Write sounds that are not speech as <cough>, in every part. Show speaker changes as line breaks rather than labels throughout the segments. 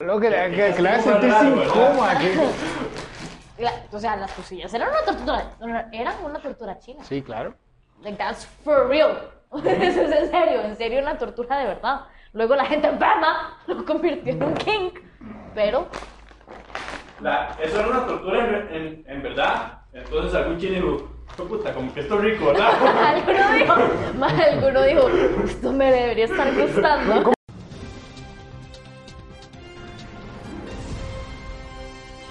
Lo que, que, que la hace sentirse incómoda. <laughs> que-
La- o sea, las cosillas eran una tortura, eran una tortura china.
Sí, claro.
Like, that's for real. <laughs> Eso es en serio, en serio una tortura de verdad. Luego la gente enferma lo convirtió en un king. Pero, <laughs>
La- eso era una tortura en, en- en verdad. Entonces algún chino dijo, "Hijo de puta, como que esto es rico,
<laughs>
¿verdad?
alguno dijo, más alguno dijo, esto me debería estar gustando.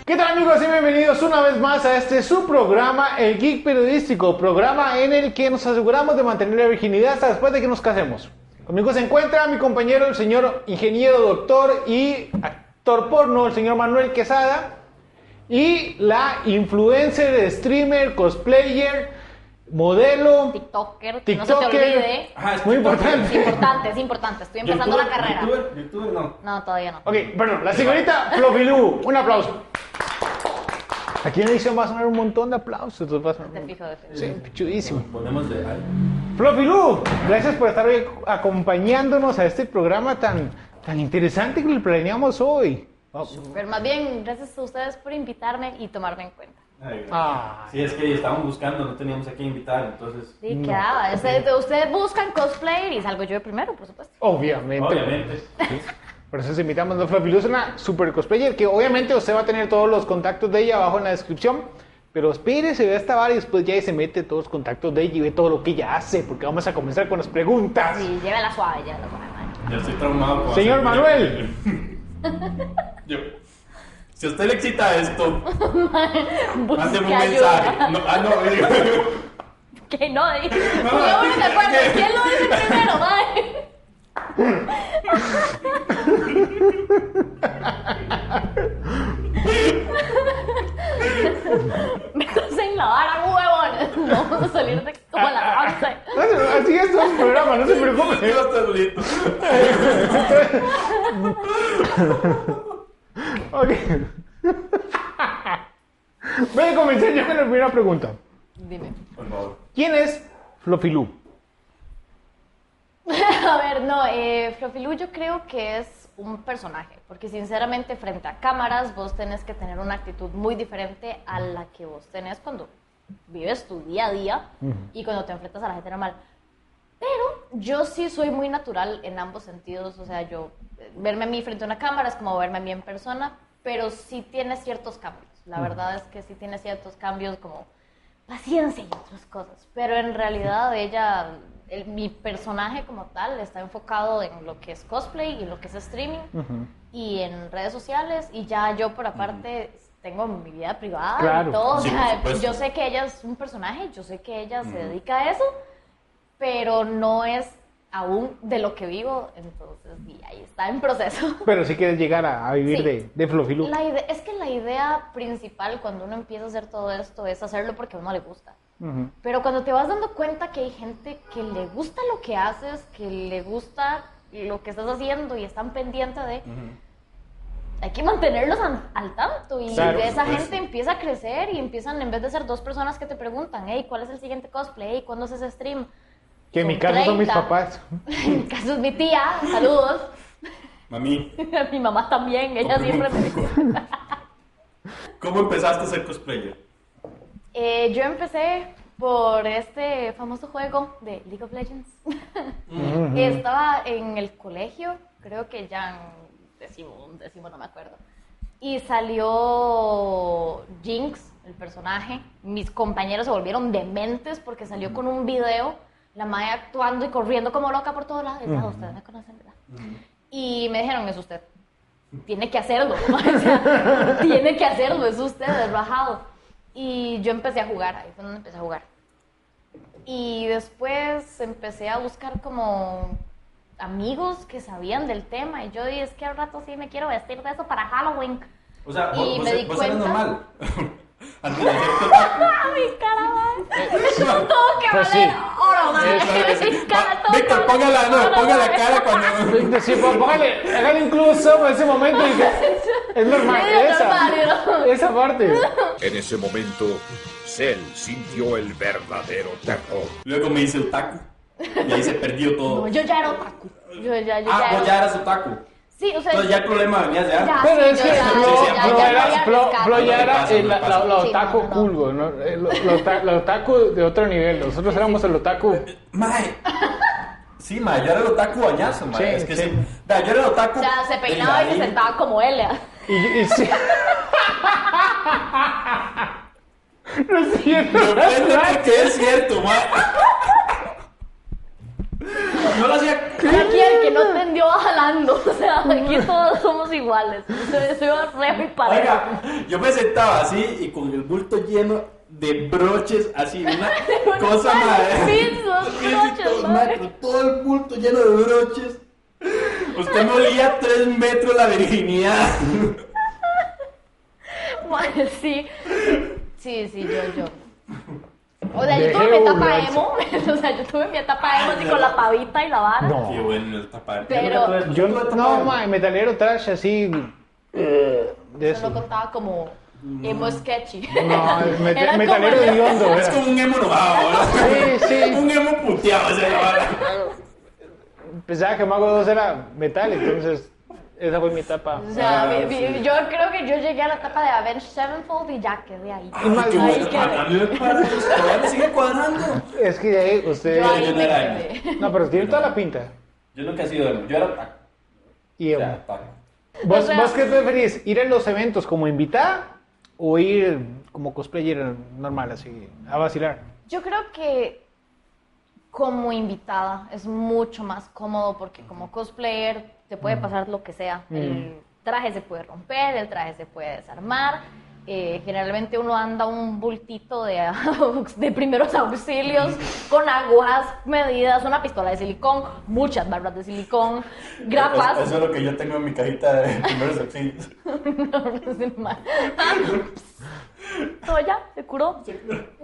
¿Qué tal amigos? Y bienvenidos una vez más a este su programa, El Geek Periodístico, programa en el que nos aseguramos de mantener la virginidad hasta después de que nos casemos. Conmigo se encuentra mi compañero, el señor ingeniero, doctor y actor porno, el señor Manuel Quesada, y la influencer, streamer, cosplayer, modelo,
TikToker, que no se te
tiktoker, <laughs>
olvide. ¿eh?
Ajá, es
muy
tiktoker.
Es
importante.
importante, es importante. Estoy empezando
Youtuber,
la carrera.
Youtuber, youtuber, no.
No, todavía no.
Ok, perdón, la señorita Flopilú, un aplauso. Aquí en la edición va a sonar un montón de aplausos. va a sonar
Te
un-
fijo, te fijo.
Sí, chudísimo.
Ponemos de ay,
Flopilú, gracias por estar hoy acompañándonos a este programa tan, tan interesante que lo planeamos hoy. Oh,
Pero más bien, gracias a ustedes por invitarme y tomarme en cuenta.
ay, güey.
Ah,
Sí, es que estábamos buscando, no teníamos a quién invitar, entonces.
Sí, quedaba. Ese- Ustedes buscan cosplayer y salgo yo primero, por supuesto.
obviamente.
Obviamente.
Por eso les invitamos. No, Flopilú es una super cosplayer que obviamente usted va a tener todos los contactos de ella abajo en la descripción. Pero espérese, ve esta vara y después ya ahí se mete todos los contactos de ella y ve todo lo que ella hace. Porque vamos a comenzar con las preguntas.
Sí, llévela suave, llévela suave. man.
Ya estoy traumado. con
Señor
hacer-
Manuel.
<laughs> Yo. Si a usted le excita esto,
Busque
mándeme un
ayuda. <laughs>
mensaje. No, ah, no, <laughs> digo.
Que no,
No,
eh. Porque
no,
uno se acuerda,
que-
¿quién lo dice primero, mae? <laughs> Me hacen la vara, huevones. No vamos a salir de aquí como la once.
No, Así es todo el programa, no se preocupe.
Digo, está solito.
Ok. Voy a comenzar yo con la primera pregunta.
Dime.
Por favor.
¿Quién es Flopilú?
<laughs> A ver, no, eh, Flofilú yo creo que es un personaje, porque sinceramente frente a cámaras vos tenés que tener una actitud muy diferente a la que vos tenés cuando vives tu día a día y cuando te enfrentas a la gente normal. Pero yo sí soy muy natural en ambos sentidos, o sea, yo eh, verme a mí frente a una cámara es como verme a mí en persona, pero sí tiene ciertos cambios. La verdad es que sí tiene ciertos cambios como paciencia y otras cosas, pero en realidad ella, el- mi personaje como tal está enfocado en lo que es cosplay y lo que es streaming
Mm.
y en redes sociales y ya yo por aparte tengo mi vida privada
Claro.
y todo,
Mm. Sí, por
o sea,
supuesto. Mm.
yo sé que ella es un personaje, yo sé que ella se dedica a eso, pero no es aún de lo que vivo, entonces y ahí está en proceso.
Pero si quieres llegar a, a vivir
Sí.
de, de Flopilú.
La ide- es que la idea principal cuando uno empieza a hacer todo esto es hacerlo porque a uno le gusta.
Ujú.
Pero cuando te vas dando cuenta que hay gente que le gusta lo que haces, que le gusta lo que estás haciendo y están pendientes de, hay que mantenerlos an- al tanto. Y
Claro, pues,
esa
supuesto.
gente empieza a crecer y empiezan, en vez de ser dos personas que te preguntan, hey, ¿cuál es el siguiente cosplay? Hey, ¿cuándo es ese stream?
Que en mi caso son mis
30. <laughs>
papás.
en mi caso es mi tía, saludos. <laughs>
Mami,
mi mamá también, ella siempre me dice.
¿cómo empezaste a ser cosplayer?
Eh, yo empecé por este famoso juego de League of Legends. que Estaba en el colegio, creo que ya en décimo, décimo, no me acuerdo. Y salió Jinx, el personaje. Mis compañeros se volvieron dementes porque salió con un video, la madre actuando y corriendo como loca por todos lados. Ya, Ustedes me conocen, ¿verdad? Y me dijeron, es usted. Tiene que hacerlo. <laughs> o sea, tiene que hacerlo, es usted, es rajado. Y yo empecé a jugar, ahí fue donde empecé a jugar. Y después empecé a buscar como amigos que sabían del tema. Y yo dije, es que al rato sí me quiero vestir de eso para Halloween. <laughs>
O sea,
Y
vos,
me
vos-
di
vos eras
cuenta.
normal. <laughs> Antes de hacer cosplay.
¡Ah, mi cara, <laughs> man!
<laughs>
Yo todo que
Pues sí.
valer oro, man.
Sí, claro, sí.
<laughs> Mi cara,
Va,
todo que
Víctor,
valer
póngala, no,
oro,
póngala
man.
cara cuando.
Sí, pues, póngale, hágale incluso en ese momento. y
<laughs>
que- Es normal,
Es normal,
esa,
¿no?
esa
<laughs>
parte.
En ese momento, Cell sintió el verdadero terror.
Luego me hice el taco. Y ahí se perdió todo.
No, yo ya era otaku. Yo ya, yo
ah,
ya
vos
pues
era-
ya eras otaku.
Sí, o sea.
Entonces ya el problema venía de antes.
Ya,
Pero
sí,
es
yo
que
ya-
Flo,
ya-
Flo era,
ya había
Flo,
rescatado.
Flo ya era
No me
el, la,
pasa, no me
la- la
pasa.
otaku
Sí, no, no,
cool, güey, ¿no? Eh, lo- lo ota- La otaku de otro nivel. Nosotros éramos el otaku.
Mae. Sí, mae, yo era el otaku bañazo, mae.
Sí,
es que
sí.
sí. Da, yo era el otaku.
O sea, se peinaba y se
Ahí.
sentaba como él.
Y, y sí. No es cierto.
Me ofende porque es cierto, mae.
No lo hacía.
Aquí el que no tendió va jalando. <laughs> O sea, aquí todos somos iguales. Entonces, Soy re mi pareja.
Oiga, yo me sentaba así y con el bulto lleno de broches, así, una cosa madre.
Pisos,
Sí, sí,
broches,
todo,
madre.
madre, todo el bulto lleno de broches. Usted me olía tres metros la virginidad.
<laughs> Madre, sí. Sí, sí, yo, yo. O sea, yo
Dejé
tuve mi etapa
borracho.
emo. <laughs> O sea, yo tuve mi etapa emo así
no.
con la pavita y la vara.
No.
Qué bueno esta parte.
Pero
Yo no, mae, metalero trash así. eh, De
yo lo
eso.
contaba como emo sketchy.
No, es meta-
<laughs> Era como
metalero
el-
de
<laughs>
hondo,
Es como un emo enojado, ¿no?
Sí, sí.
Un emo puteado ese la
Pensaba que Mago 2 era metal, entonces esa fue mi etapa.
O sea,
Ah,
mi- mi-
sí.
yo creo que yo llegué a la etapa de Avenged Sevenfold y ya quedé ahí.
Ay,
Qué
Ahí
bueno,
quedé.
para mí me para, todavía pues, me sigue cuadrando.
Es que de ahí usted.
Yo ahí
yo no
me
era
quedé.
No, pero tiene toda la pinta.
Yo nunca he sido emo, yo era otaku.
Y
O sea,
emo.
otaku.
¿Vos,
O sea-
vos qué preferís? ¿Ir a los eventos como invitada o ir como cosplayer normal, así, a vacilar?
Yo creo que como invitada es mucho más cómodo porque como cosplayer te puede pasar lo que sea.
Mm.
El traje se puede romper, el traje se puede desarmar. eh, generalmente uno anda un bultito de, <laughs> aux- de primeros auxilios con agujas medidas, una pistola de silicón, muchas barras de silicón, grapas.
Eso eso es lo que yo tengo en mi cajita de <laughs> primeros auxilios.
No, <laughs> no es normal. No, ya, se curó.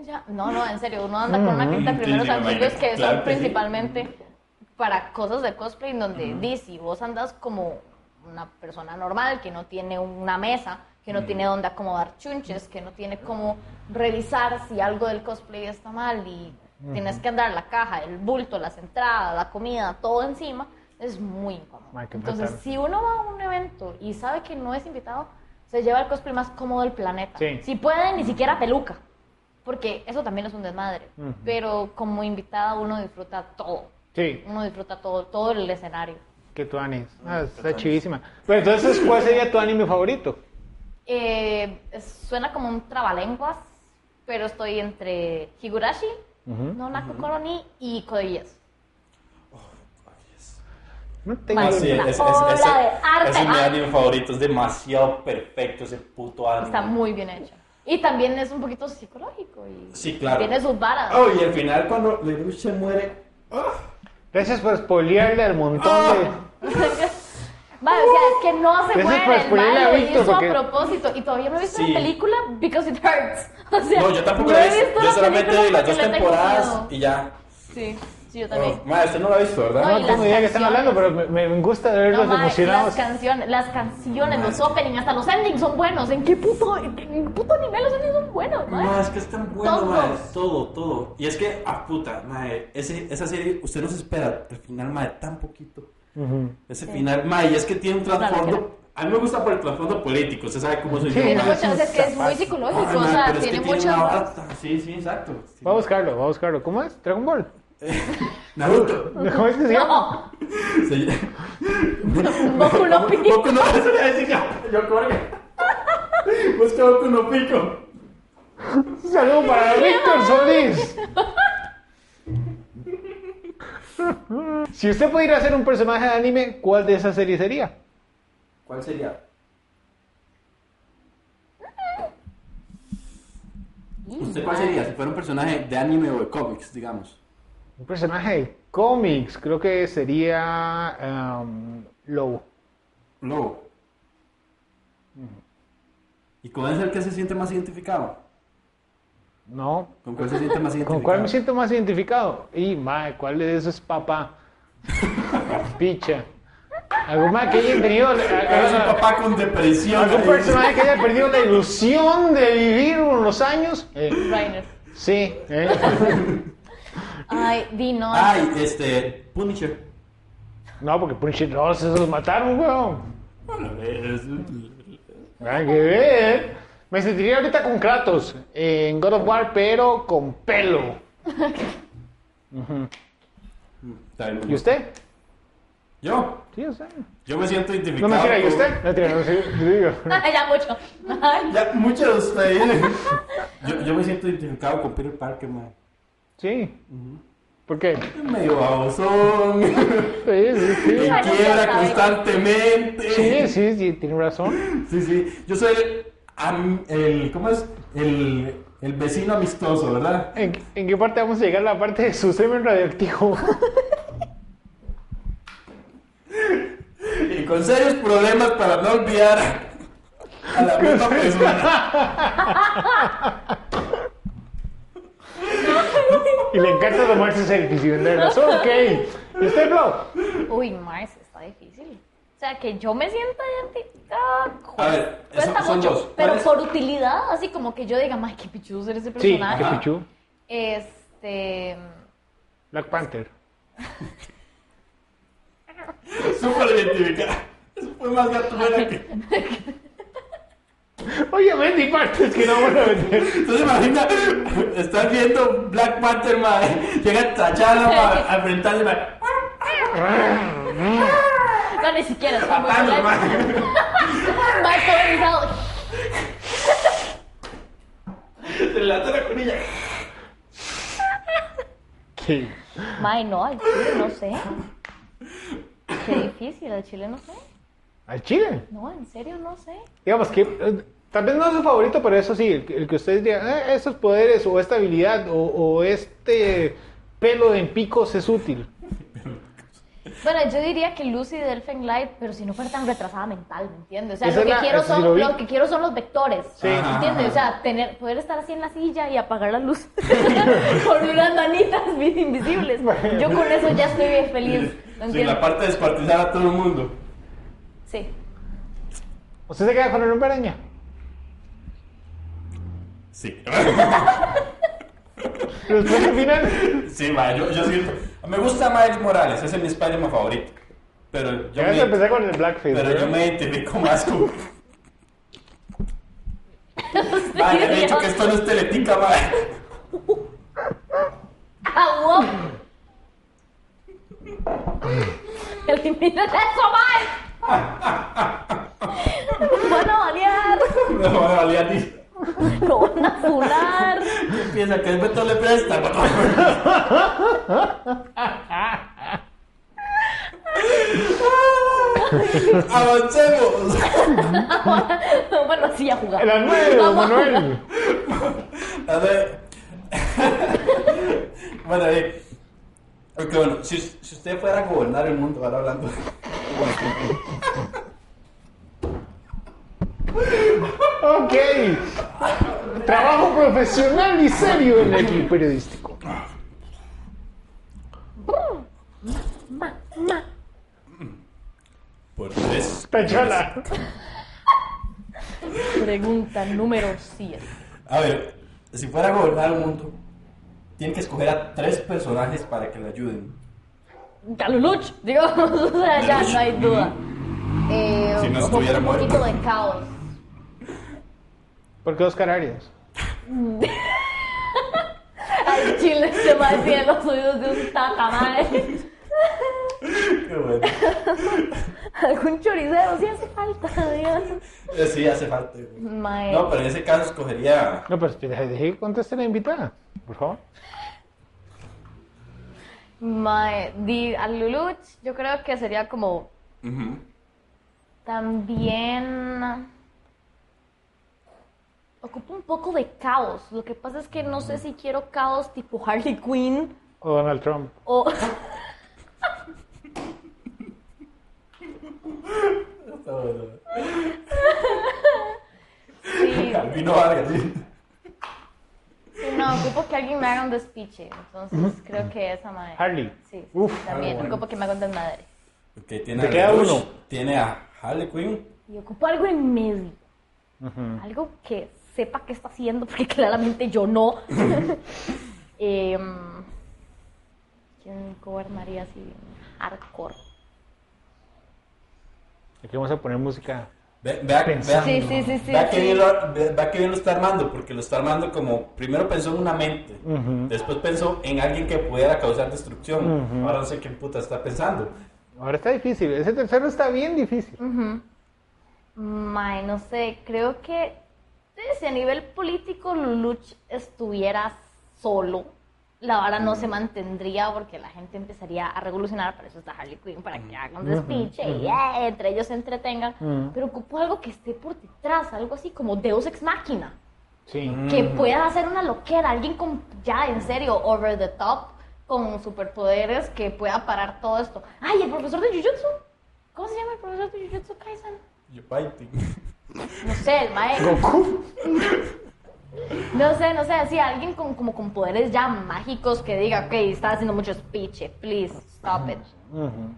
Ya. No, no, en serio, uno anda con una quinta de
Sí,
primeros
sí, me
auxilios
imagino.
que
Claro
son
que sí.
principalmente para cosas de cosplay, en donde di, si vos andas como una persona normal, que no tiene una mesa, que no tiene dónde acomodar chunches, que no tiene cómo revisar si algo del cosplay está mal y tienes que andar la caja, el bulto, las entradas, la comida, todo encima, es muy incómodo.
Ay, qué
Entonces,
fatal.
si uno va a un evento y sabe que no es invitado, se lleva el cosplay más cómodo del planeta.
Sí.
Si puede, ni siquiera peluca. Porque eso también es un desmadre. Pero como invitada uno disfruta todo.
Sí,
Uno disfruta todo, todo el escenario.
que tu anime. Ah, está chivísima. Pero entonces, ¿cuál sería tu anime favorito?
Eh, es- suena como un trabalenguas, pero estoy entre Higurashi, no Naku Koroni y Codillas.
No tengo.
Ah,
Ah,
sí.
sí, es, es, es,
Obra
ese-
de arte. Ah.
ese es mi anime favorito, es demasiado perfecto ese puto anime.
Está muy bien hecho. Y también es un poquito psicológico. Y
Sí, claro.
Tiene sus varas.
Oh, y al final cuando Lelouch se muere,
Gracias por spoilearle al montón de.
Ah. Vale, o sea, es que no se
Eso es
muere
para
el
spoiler a
malo y
Víctor,
eso
porque-
a propósito. Y todavía no he visto
Sí.
la película because it hurts. O sea,
no, yo tampoco
no
la
he
vi.
visto
Yo
la
solamente
película
vi las
porque
dos
le tengo
temporadas
miedo.
y ya.
Sí, sí, yo también.
Oh, madre, usted no lo ha visto, ¿verdad?
No,
No
y
tengo
las
idea que están
canciones.
hablando, pero me, me gusta
No,
verlos
madre,
emocionados.
las canciones, las canciones, los openings, hasta los endings son buenos. ¿En qué puto, en qué puto nivel los endings son buenos, madre?
No, es que es tan bueno,
Todo.
madre, todo, todo. Y es que, a puta, madre, ese, esa serie, usted no se espera el final, madre, tan poquito. Ese final, madre, y es que tiene un
Claro,
trasfondo. A mí me gusta por el trasfondo político, usted sabe cómo soy
Sí,
yo.
tiene
madre,
muchas
un
veces que es muy
zapazo.
psicológico,
Ay,
o
madre,
sea,
pero es que
tiene
una
muchas-
bata. Sí, sí, exacto. Sí.
Vamos a buscarlo, vamos a buscarlo. ¿Cómo es? ¿Dragon Ball?
Naruto.
¿Cómo es que se llama?
No,
Sí.
<laughs> Boku no Pico.
Boku no, eso le iba a decir yo, yo corre. Busca Boku no Pico.
Un saludo para Víctor Solís. Si usted pudiera ser un personaje de anime, ¿cuál de esas series sería?
¿Cuál sería? ¿Usted cuál sería? Si fuera un personaje de anime o de cómics, digamos.
Un personaje de cómics, creo que sería em, Lobo.
Lobo. ¿Y con es el que se siente más identificado?
¿No?
¿Con cuál se siente más identificado?
¿Con cuál me siento más identificado? Y, mae, ¿cuál de esos es <laughs> papá? Picha. ¿Algún mae que hayan tenido... <laughs>
Es un papá con depresión.
¿Algún
ahí.
personaje que haya perdido la ilusión de vivir con los años? Eh,
Reiner.
sí, eh. <laughs>
Ay, di no.
Ay, este. Punisher.
No, porque Punisher, no, se los mataron, weón. Nada que ver. Me sentiría ahorita con Kratos en God of War, pero con pelo.
Está bien,
¿Y usted?
Yo,
Sí, usted.
yo me siento
No
identificado.
me tira, ¿y
con-
usted? No tira, no sí, sí, digo.
ya mucho. Ay,
Ya, muchos ahí. <laughs> yo, yo me siento identificado con Peter Parker, man.
Sí. ¿Por qué?
Medio babosón. <laughs>
Sí, sí, sí.
Me
Bueno,
quiebra
ya sabe.
constantemente.
Sí, sí, sí, tiene razón.
Sí, sí. Yo soy el, am- el- ¿cómo es? El, el vecino amistoso, ¿verdad?
¿En, en qué parte vamos a llegar? La parte de su semen radioactivo. <laughs>
Y con serios problemas para no olvidar a la misma persona.
Y le encanta tomarse selfies y vender razón, ok. ¿Y usted, Flo?
Uy, más, está difícil. O sea, que yo me sienta identificada.
A ver,
cuesta
son- son
mucho,
dos. ¿Cuál
pero
es?
por utilidad, así como que yo diga, más qué pichu ser
Sí,
ese personaje.
qué pichu.
Este.
Black Panther.
Súper identificado. Eso fue más gato fuera que.
Oye, vendí partes que no van a vender.
Entonces imagina, estás viendo Black Panther, madre. Llega T'Challa ma, a enfrentarle, madre.
No,
<laughs>
ni siquiera. Es como
Thanos,
más
madre.
polarizado.
Se le ata la conilla.
¿Qué?
Mae, no, al chile no sé. Qué difícil, al chile no sé.
¿Al chile?
No, en serio no sé.
Digamos que eh, tal vez no es su favorito, pero eso sí, el, que- el que ustedes digan, "Eh, esos poderes o esta habilidad o, o este pelo en picos es útil.
Bueno, yo diría que Lucy de Elfen Light, pero si no fuera tan retrasada mental, ¿me entiendes? O sea,
Esa
lo que,
es la-
quiero
eso sí lo
son,
vi.
lo que quiero son los vectores,
Sí.
¿me entiendes? O sea, tener, poder estar así en la silla y apagar la luz <laughs> con unas manitas invisibles. Yo con eso ya estoy bien feliz, ¿me
Sí,
entiendes?
la parte de despartizar a todo el mundo.
Sí.
¿Usted se queda con el hombre araña?
Sí. <laughs>
Respuesta final.
Sí, ma, yo, yo siento. Me gusta Miles Morales, ese es mi Spider-Man favorito. Pero yo,
Ya vas a
me,
empezar con el blackface.
pero yo
¿verdad?
me identifico más
<laughs>
con. Vale, he dicho Ah, que esto no es Teletica, ma.
<laughs>
<laughs>
¡Ah, wow! ¡Elimina eso, mal!
<laughs>
¡Nos van a balear!
No, no, vale, a ti.
¡Lo van a funar!
Piensa que el Beto le presta, ma. <laughs> Avancemos.
<laughs> bueno, así a jugar.
A las nueve, don
Vamos a jugar.
Manuel.
A ver. <laughs> bueno, eh. Ok, bueno, si, si usted fuera a gobernar el mundo, ahora hablando.
Ok. Trabajo profesional y serio en el equipo periodístico.
Por tres.
Tachala.
<laughs> Pregunta número 100.
A ver, si fuera a gobernar el mundo, tiene que escoger a tres personajes para que le ayuden.
Caluluch, digamos, <laughs> o sea, ya no hay duda. Eh,
Si no
un
estuviera muerto.
poquito de caos.
¿Por qué Oscar Arias?
Al chile se me hacían los oídos de un tatamare.
<laughs> Qué bueno.
Algún choricero, sí hace falta, <laughs> digamos.
Eh, Sí, hace falta. güey.
Mae.
No, pero en ese caso escogería.
No, pero espera, dejé que conteste la invitada. Por favor.
Mae, di, a Luluch, yo creo que sería como
Ujú.
también ocupa un poco de caos. Lo que pasa es que no sé si quiero caos tipo Harley Quinn
O Donald Trump.
o
Está bueno.
sí,
Calvino Vargas, sí.
sí, no ocupo que alguien me haga un despiche. Entonces creo que esa madre.
Harley.
Sí, sí,
Uf,
también
bueno.
ocupo que me haga un desmadre.
Ok, tiene
Te
a
queda
Lelouch,
uno.
Tiene a Harley Quinn.
Y ocupo algo en medio. Algo que sepa qué está haciendo, porque <laughs> claramente yo no. Em, ¿Quién gobernaría así bien hardcore?
Aquí vamos a poner música.
Ve- Vea, vea,
Pensando.
Sí, sí, sí, sí,
vea que
sí.
bien lo, ve- vea que bien lo está armando, porque lo está armando como, primero pensó en una mente,
Ujú.
después pensó en alguien que pudiera causar destrucción,
Ujú.
ahora no sé qué puta está pensando.
Ahora está difícil. Ese tercero está bien difícil.
Ujú. Mae, no sé, creo que eh, si a nivel político Luluch estuviera solo, la vara no se mantendría porque la gente empezaría a revolucionar, para eso está Harley Quinn, para que hagan despiche y eh, entre ellos se entretengan,
Ujú.
pero ocupo algo que esté por detrás, algo así como Deus Ex Machina,
Sí.
que
Ujú.
pueda hacer una loquera, alguien con, ya en serio, over the top, con superpoderes que pueda parar todo esto. ¡Ay, el profesor de Jujutsu! ¿Cómo se llama el profesor de Jujutsu Kaisen?
You're fighting.
No sé, el maestro. No sé, no sé, así alguien con, como con poderes ya mágicos que diga, ok, estás haciendo mucho speech, please, stop <laughs> it.
Ujú.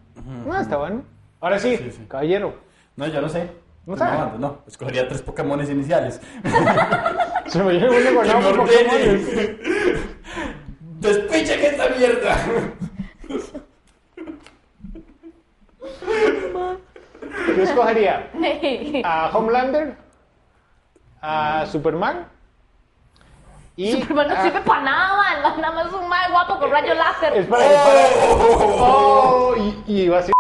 No, está bueno. Ahora sí,
Sí, sí.
caballero.
No, yo no sé.
No sabe.
mando, no. Escogería tres Pokémones iniciales.
Se me llega un
¡Que me
guardado por Pokémones.
<laughs> ordenen! ¡Despechen esta mierda! <laughs>
Yo escogería a Homelander, a Superman y.
Superman no
a-
sirve para nada, man, nada <laughs> más es un mae guapo con rayo láser. <laughs>
Es para. es para- Oh, y, y va a ser.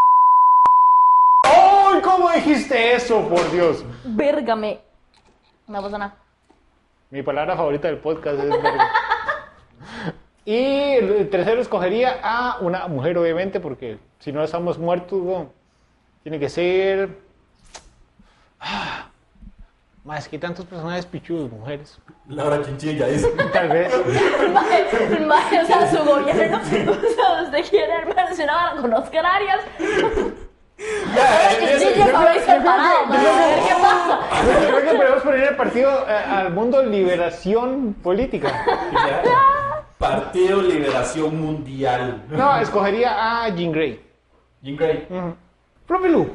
¡Oh! ¿Cómo dijiste eso, por Dios?
Vérgame. No pasa nada. <laughs>
Mi palabra favorita del podcast es verga. Y el tercero escogería a una mujer, obviamente, porque si no estamos muertos, weón. tiene que ser. Ah, Más que tantos personajes pichudos, mujeres.
Laura
<laughs>
Chinchilla dice.
Tal vez.
El mae, el mae, o sea, su gobierno, <laughs> o sea, usted quiere hermano, si no van a conocer áreas,
Ya,
que
eh,
sí,
eh,
yo me voy separado, mae, a ver qué pasa.
Yo creo que podemos poner el partido eh, al mundo liberación política.
ya. Partido Liberación Mundial.
No, escogería a Jean Grey.
Jim Grey.
Profe Lu,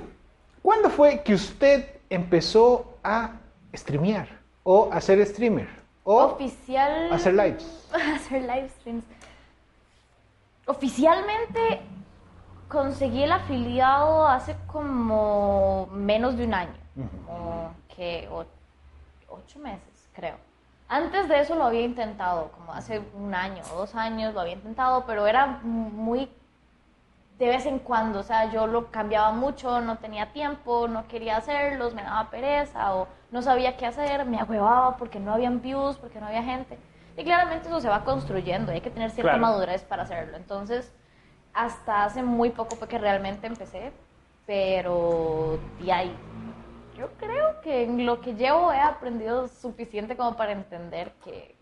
¿cuándo fue que usted empezó a streamear? O a ser streamer. O
Oficial.
a hacer lives.
<laughs> hacer live streams. Oficialmente conseguí el afiliado hace como menos de un año, como que o- ocho meses, creo. Antes de eso lo había intentado, como hace un año o dos años lo había intentado, pero era muy de vez en cuando, o sea, yo lo cambiaba mucho, no tenía tiempo, no quería hacerlos, me daba pereza o no sabía qué hacer, me agüevaba porque no habían views, porque no había gente. Y claramente eso se va construyendo, hay que tener cierta
Claro.
madurez para hacerlo. Entonces, hasta hace muy poco fue que realmente empecé, pero de ahí. Yo creo que en lo que llevo he aprendido suficiente como para entender que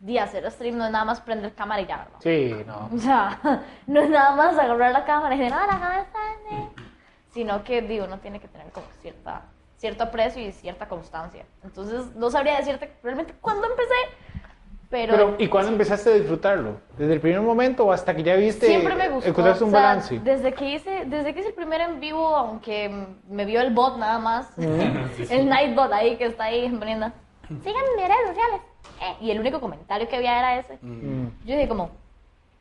de hacer stream no es nada más prender cámara y ya, ¿no?
Sí, no.
<laughs> O sea, no es nada más agarrar la cámara y decir, ah, la cámara está bien". Sino que, digo, uno tiene que tener como cierta, cierto aprecio y cierta constancia. Entonces, no sabría decirte realmente cuándo empecé, pero,
Pero, ¿y cuándo empezaste a disfrutarlo? ¿Desde el primer momento o hasta que ya viste?
siempre me gustó.
Encontraste Este, un
o sea,
balance.
desde que hice, desde que hice el primer en vivo, aunque me vio el bot nada más, <laughs>
<laughs>
el Nightbot ahí que está ahí poniendo, síganme en mis redes sociales. eh", y el único comentario que había era ese.
Mm.
Yo dije como,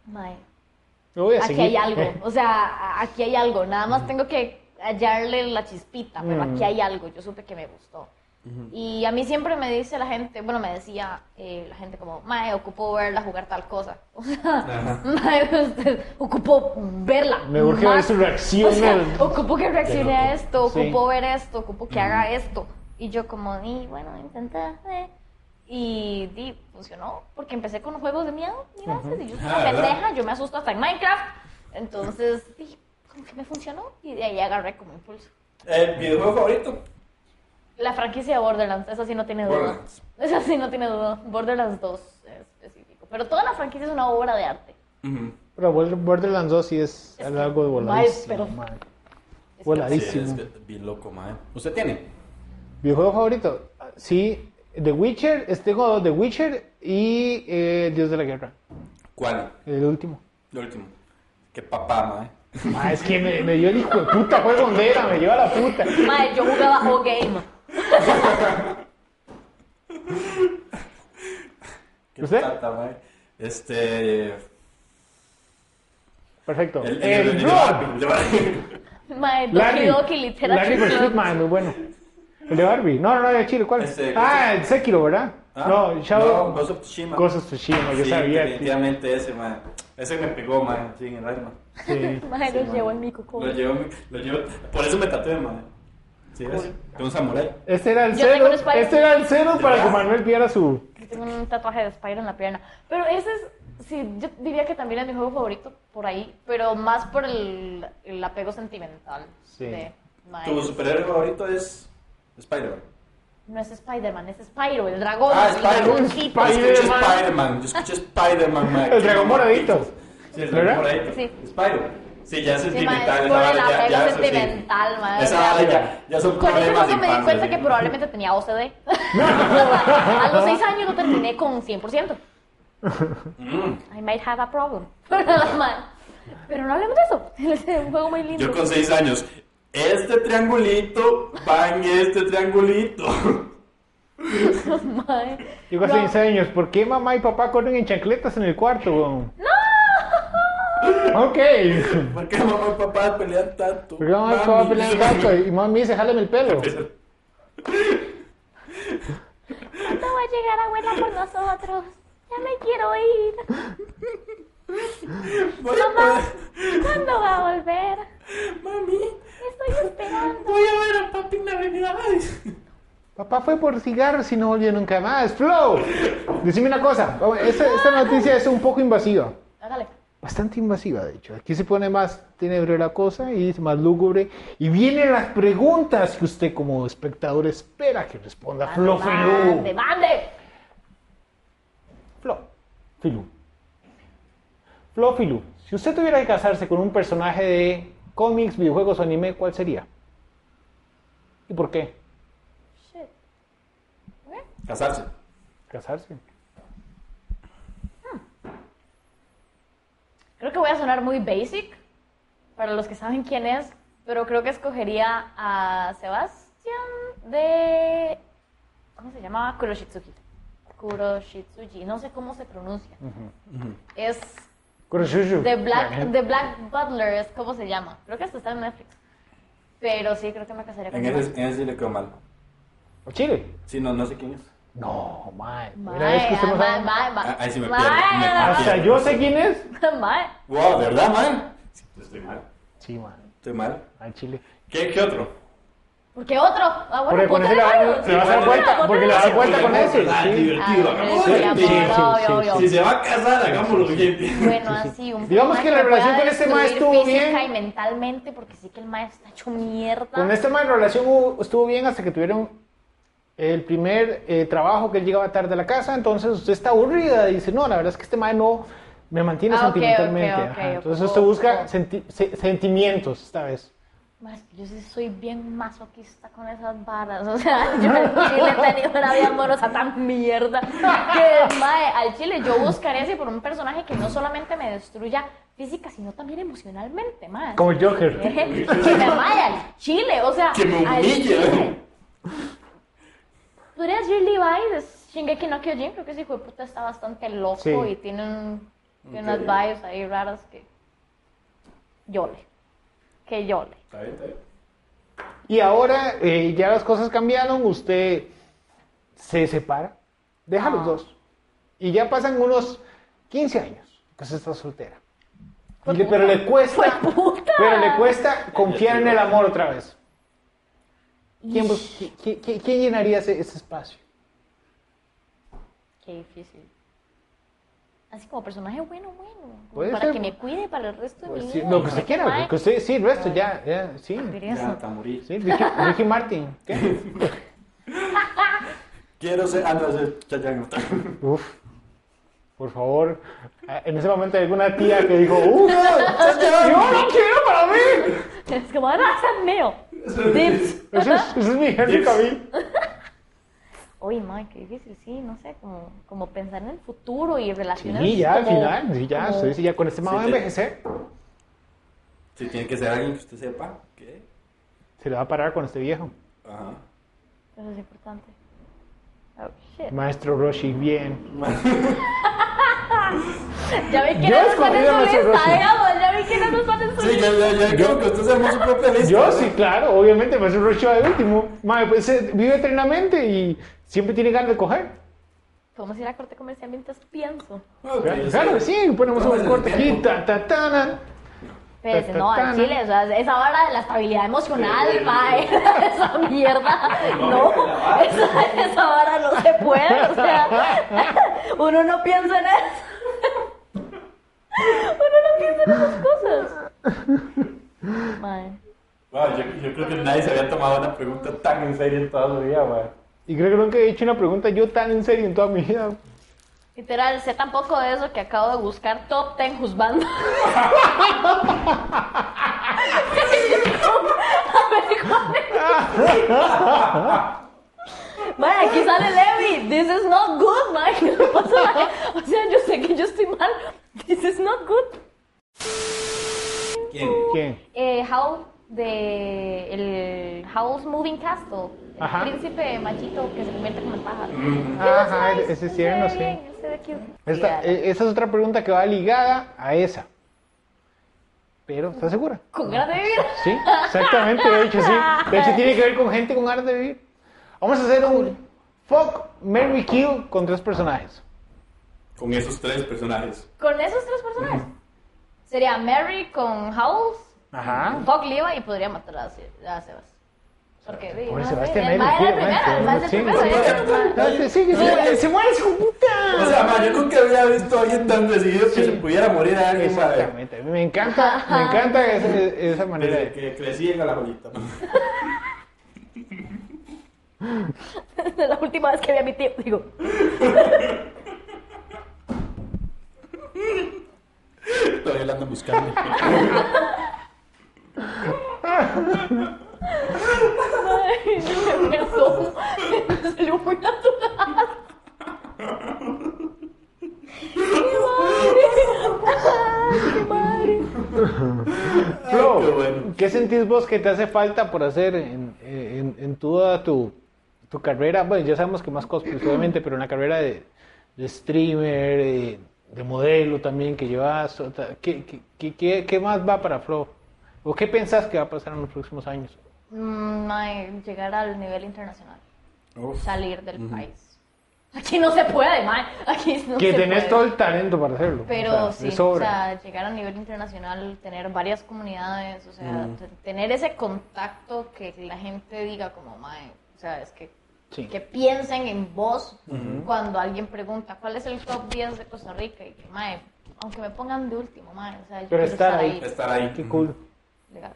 mae,
Yo voy a
aquí
seguir. <laughs>
hay algo, o sea, a- aquí hay algo, nada más tengo que hallarle la chispita, pero
Mm.
aquí hay algo, yo supe que me gustó. Y a mí siempre me dice la gente, bueno, me decía eh, la gente como, mae, ocupo verla jugar tal cosa. <laughs> O sea,
Ajá.
mae, usted, <laughs> ocupo verla.
Me urge ver
más.
su reacción
O sea,
al-
ocupo que reaccione a esto,
Sí. Mm.
ocupo ver esto, ocupo que haga esto. Y yo como, y bueno, intenté. eh". Y di, funcionó, porque empecé con juegos de miedo, y gracias, y yo soy una
Ah, ¿verdad?
pendeja, yo me asusto hasta en Minecraft. Entonces, di, como que me funcionó, y de ahí agarré como impulso.
El videojuego favorito.
La franquicia de Borderlands, esa sí no tiene duda.
Borderlands.
Esa sí no tiene duda. Borderlands 2 en específico. Pero toda la franquicia es una obra de arte.
Ujú.
Pero Border- Borderlands 2 sí es, algo de voladísimo.
pero-
madre.
Es
Hola.
que-
Sí,
Clarísimo.
es bien- bien loco, madre. ¿Usted tiene?
¿Videojuego favorito? Sí, The Witcher. es- Tengo The Witcher y eh, Dios de la Guerra.
¿Cuál?
El último.
Lo último. Qué papá, madre.
Ah, es que me, me dio el hijo de puta juego donde era, me lleva la puta.
Mae, yo jugaba O Game.
Qué
¿Usted?
tata, mae. Este.
Perfecto. El,
El, el, el- el-
Drop.
el- el-
Mae, Doki
Eh, Larry.
Doki, Literature
Larry vs.
Club.
Hitman, muy bueno. El de Barbie. No, no, no, de Chile, ¿cuál?
Este,
ah, el Sekiro, ¿verdad?
<laughs> Ah,
no, Shadow.
no, Ghost of Tsushima.
Ghost of Tsushima, yo
Sí,
sabía. tío.
definitivamente ese, man. Ese me pegó, man, sí, en el alma.
Sí.
Mae,
Sí,
los
mae.
llevo en mi coco.
Lo llevo, lo llevo. Por eso me tatué, man. Sí, ves. Tengo un samurái.
Este era el
Yo tengo
cero.
un Spider-Man.
Este era el cero para que
¿Verdad?
Manuel viera su.
Yo Tengo un tatuaje de Spider en la pierna. Pero ese es, sí, yo diría que también es mi juego favorito por ahí, pero más por el, el apego sentimental.
Sí.
De, mae,
Tu superhéroe favorito es Spider-Man.
No es Spider-Man, es Spyro, el dragón.
Ah,
el
Spyro.
dragoncito.
Yo escuché
Spider-Man.
Spider-Man. Yo escuché Spider-Man,
<laughs>
man.
El dragón moradito.
Sí, el
¿Verdad?
dragón moradito.
Sí.
Spider. Sí, ya es
Sí, mae, es
sentimental.
por
esa
el
vara,
apego
ya- ya eso sí.
sentimental, mae.
Esa
o sea,
vara ya, ya son
Con ese
problemas de
juego me di
infancia,
cuenta
sí.
que probablemente tenía OCD. a los 6 años lo terminé con 100%.
Mm,
I might have a problem. <laughs> Pero no hablemos de eso. <laughs> Es un juego muy lindo.
Yo con seis años. Este triangulito va en este triangulito. <laughs>
Mae.
Yo casi
No.
15 años. ¿Por qué mamá y papá corren en chancletas en el cuarto, weón? ¡No! Ok.
¿Por qué mamá y papá pelean tanto?
Porque mamá y papá pelean en el cuarto y mamá me dice, jálame el pelo.
No va a llegar abuela por nosotros. Ya me quiero ir.
Voy a poder-
¿Cuándo va a volver?
Mami,
Estoy esperando.
voy a ver a papi en Navidad.
Papá fue por cigarros y no volvió nunca más. ¡Flow! Decime una cosa. Esta, esta noticia es un poco invasiva.
Hágale.
Bastante invasiva, de hecho. Aquí se pone más tenebre la cosa y es más lúgubre. Y vienen las preguntas que usted como espectador espera que responda Flo Filú.
Mande, mande.
Flo Filú. Flo Filú. Si usted tuviera que casarse con un personaje de cómics, videojuegos o anime, ¿cuál sería? ¿Y por qué?
Shit.
Casarse.
Casarse.
Creo que voy a sonar muy basic para los que saben quién es, pero creo que escogería a Sebastián de. ¿Cómo se llamaba? Kuroshitsuki. Kuroshitsuji, no sé cómo se pronuncia. Es
Kuroshishu.
The Black, The Black Butler, es como se llama. Creo que hasta está en Netflix. Pero sí, creo que me casaría con
En
él.
ese, en ese le quedó mal.
Chile.
Sí, no, no sé quién es.
No, mae. Mira, es que usted no sabe.
Ah, ahí sí me pierdo, me
Mae,
pierdo.
Hasta yo sé quién es.
<laughs> mae.
Wow, ¿verdad, man? Sí, pues, estoy mal.
Sí, mae.
Estoy mal.
Al Chile.
¿Qué, qué otro?
¿por qué otro? Ah, bueno,
Porque con ese
póntale
le va-
varios.
le vas a dar
Sí,
cuenta.
póntale
Porque le vas a dar
varios.
cuenta con ese.
Ah,
sí.
Ay, hombre,
hacer.
Ah, sí,
Sí,
amor,
sí,
obvio,
sí,
obvio.
Si se va a casar, hagámoslo <laughs> bien.
Bueno, así un
Digamos que la
personaje
relación
pueda
con este mae
destruir
estuvo
física
bien.
y mentalmente, porque sí que el maestro está hecho mierda.
Con este mae la relación hubo- estuvo bien hasta que tuvieron el primer eh, trabajo que él llegaba tarde a la casa. Entonces usted está aburrida y dice, no, la verdad es que este mae no me mantiene
Ah, ok,
sentimentalmente.
ok,
Ajá.
ok, ok.
Entonces usted busca senti- se- sentimientos esta vez.
Mae, es que yo sí soy bien masoquista con esas varas. O sea, <laughs> yo al chile he tenido una vida amorosa tan mierda. Que, mae, al chile yo buscaría así por un personaje que no solamente me destruya física, sino también emocionalmente, mae.
Como el Joker.
<laughs> que me vaya al chile, o sea,
Que me
al chile.
humille. ¿eh?
Podría decir Levi de Shingeki no Kyojin, creo que ese hijo de puta está bastante loco
Sí.
y tiene, un- tiene unas vibes ahí raras que llole, que llole.
Está bien, está bien.
Y ahora eh, ya las cosas cambiaron, usted se separa, deja a los
Ah.
dos. Y ya pasan unos 15 años que usted está soltera. Y le- pero le
¡Fue
cuesta,
puta!
pero le cuesta confiar en el amor otra vez. ¿Quién, bus- qui- qui- qui- quién llenaría ese, ese espacio?
Qué difícil. Así como personaje bueno, bueno,
Puede
como para
ser. pues
que me cuide para el resto de mi
Sí,
vida.
lo que
<laughs>
se quiera, lo que usted, sí, el resto ya, ya, sí.
Ya, hasta morir.
Sí, Ricky, Ricky Martin. ¿qué?
Quiero ser. Ah, no, ese es <laughs> Chayanne.
Uf, por favor. Ah, En ese momento hay alguna tía que dijo, uf, yo no quiero para mí.
Es como, "Ah, that's a
<laughs>
male. Dips.
Ese es, ese es mi Henry Cavill.
Oye, ma, qué difícil, sí, no sé, como, como pensar en el futuro y relaciones.
Sí, ya al
como-
final, sí, ya,
como-
sí, sí, ya con este mamá
Sí,
de
sí.
envejecer,
Si tiene que ser alguien que usted sepa. ¿Qué?
se le va a parar con este viejo.
Ajá.
Eso es importante. Oh, shit.
Maestro Roshi, bien.
Ya vi que
Yo
no nos
escogí
ponen
a
su
nuestro
lista,
Rosy.
digamos, ya vi que no nos ponen
Sí, ya, ya, ya. Creo que usted se armó su propia lista.
Yo
¿verdad?
sí, claro, obviamente, me hace un rocho de último. Mae, pues eh, vive eternamente y siempre tiene ganas de coger.
Podemos ir a corte comercial mientras pienso.
Ok,
Claro, sí, ponemos
Tómese
un
el
corte aquí,
tiempo.
ta, ta, ta, na.
Pero dice, no, al
Tatana.
chile, o sea, esa vara de la estabilidad emocional, mae, <laughs> esa mierda, <laughs> no, <laughs> esa, esa vara no se puede, o sea, <laughs> uno no piensa en eso. <laughs> Uno no piensa en esas cosas. Mae.
Wow, yo, yo creo que nadie se había tomado una pregunta tan en serio en toda su vida, man.
Y creo que nunca he hecho una pregunta yo tan en serio en toda mi vida.
Literal, sé tan poco de eso que acabo de buscar top 10 juzgando. Mae, aquí sale Levi. This is not good, mae. ¿Qué le pasa, mae? <laughs> O sea, yo sé que yo estoy mal. This is not good.
¿Quién?
¿Quién?
Eh, Howl de el Howl's Moving Castle, el
Ajá.
príncipe machito que se convierte como en pájaro.
Ajá, ese es
Se
cierno,
ve
sí.
bien, se ve cute.
Esta,
Mírala.
eh, esa es otra pregunta que va ligada a esa. Pero, ¿estás segura?
Con ganas de vivir.
Sí, exactamente, de hecho, sí. De hecho, tiene que ver con gente con ganas de vivir. Vamos a hacer un Fuck, Mary Kill con tres personajes.
Con esos tres personajes.
Con esos tres personajes. Sería Mary con Howls,
Ajá.
Fuck Liva y podría matar a, Se- a Sebas. Porque vi,
Pobre
no sé,
Sebastián,
el
nadie
mae
lo
era el
quiere,
primero,
mae, sí,
el mae es ¿eh? el primero,
sí,
ya,
sí.
mae.
Dale, sigue, sigue, se muere, hijo de puta.
O sea, man, yo nunca había visto a alguien tan decidido que se pudiera morir a alguien, man.
Exactamente, a mí me encanta, me encanta esa, esa manera.
Desde
de-
que crecí en la joyita, man.
<laughs>
<laughs> la última vez que vi a mi tío, digo,
Todavía la andan buscando.
ay, no me asomo. <laughs> Salió muy natural. ¡Qué madre!
Flo,
Ay, qué bueno.
¿qué sentís vos que te hace falta por hacer en, en- en toda tu, tu carrera? Bueno, ya sabemos que más cosplay, obviamente, pero en la carrera de, de streamer, de, de modelo también que llevas, o ta- ¿qué, qué- qué, qué- qué más va para Flo? ¿O qué pensás que va a pasar en los próximos años?
<laughs> Mm, mae, llegar al nivel internacional.
Uf.
salir del país. Aquí no se puede, mae. Aquí no
que
se
tenés
puede.
todo el talento para hacerlo.
Pero
o sea,
sí,
de sobra.
o sea, llegar a nivel internacional, tener varias comunidades, o sea,
Mm.
t- tener ese contacto que la gente diga como, mae, o sea, es que,
Sí.
que piensen en vos cuando alguien pregunta cuál es el top 10 de Costa Rica y que, mae, aunque me pongan de último, mae, o sea, yo
Pero
quiero
estar ahí.
Estar ahí.
Qué cool.
Legal.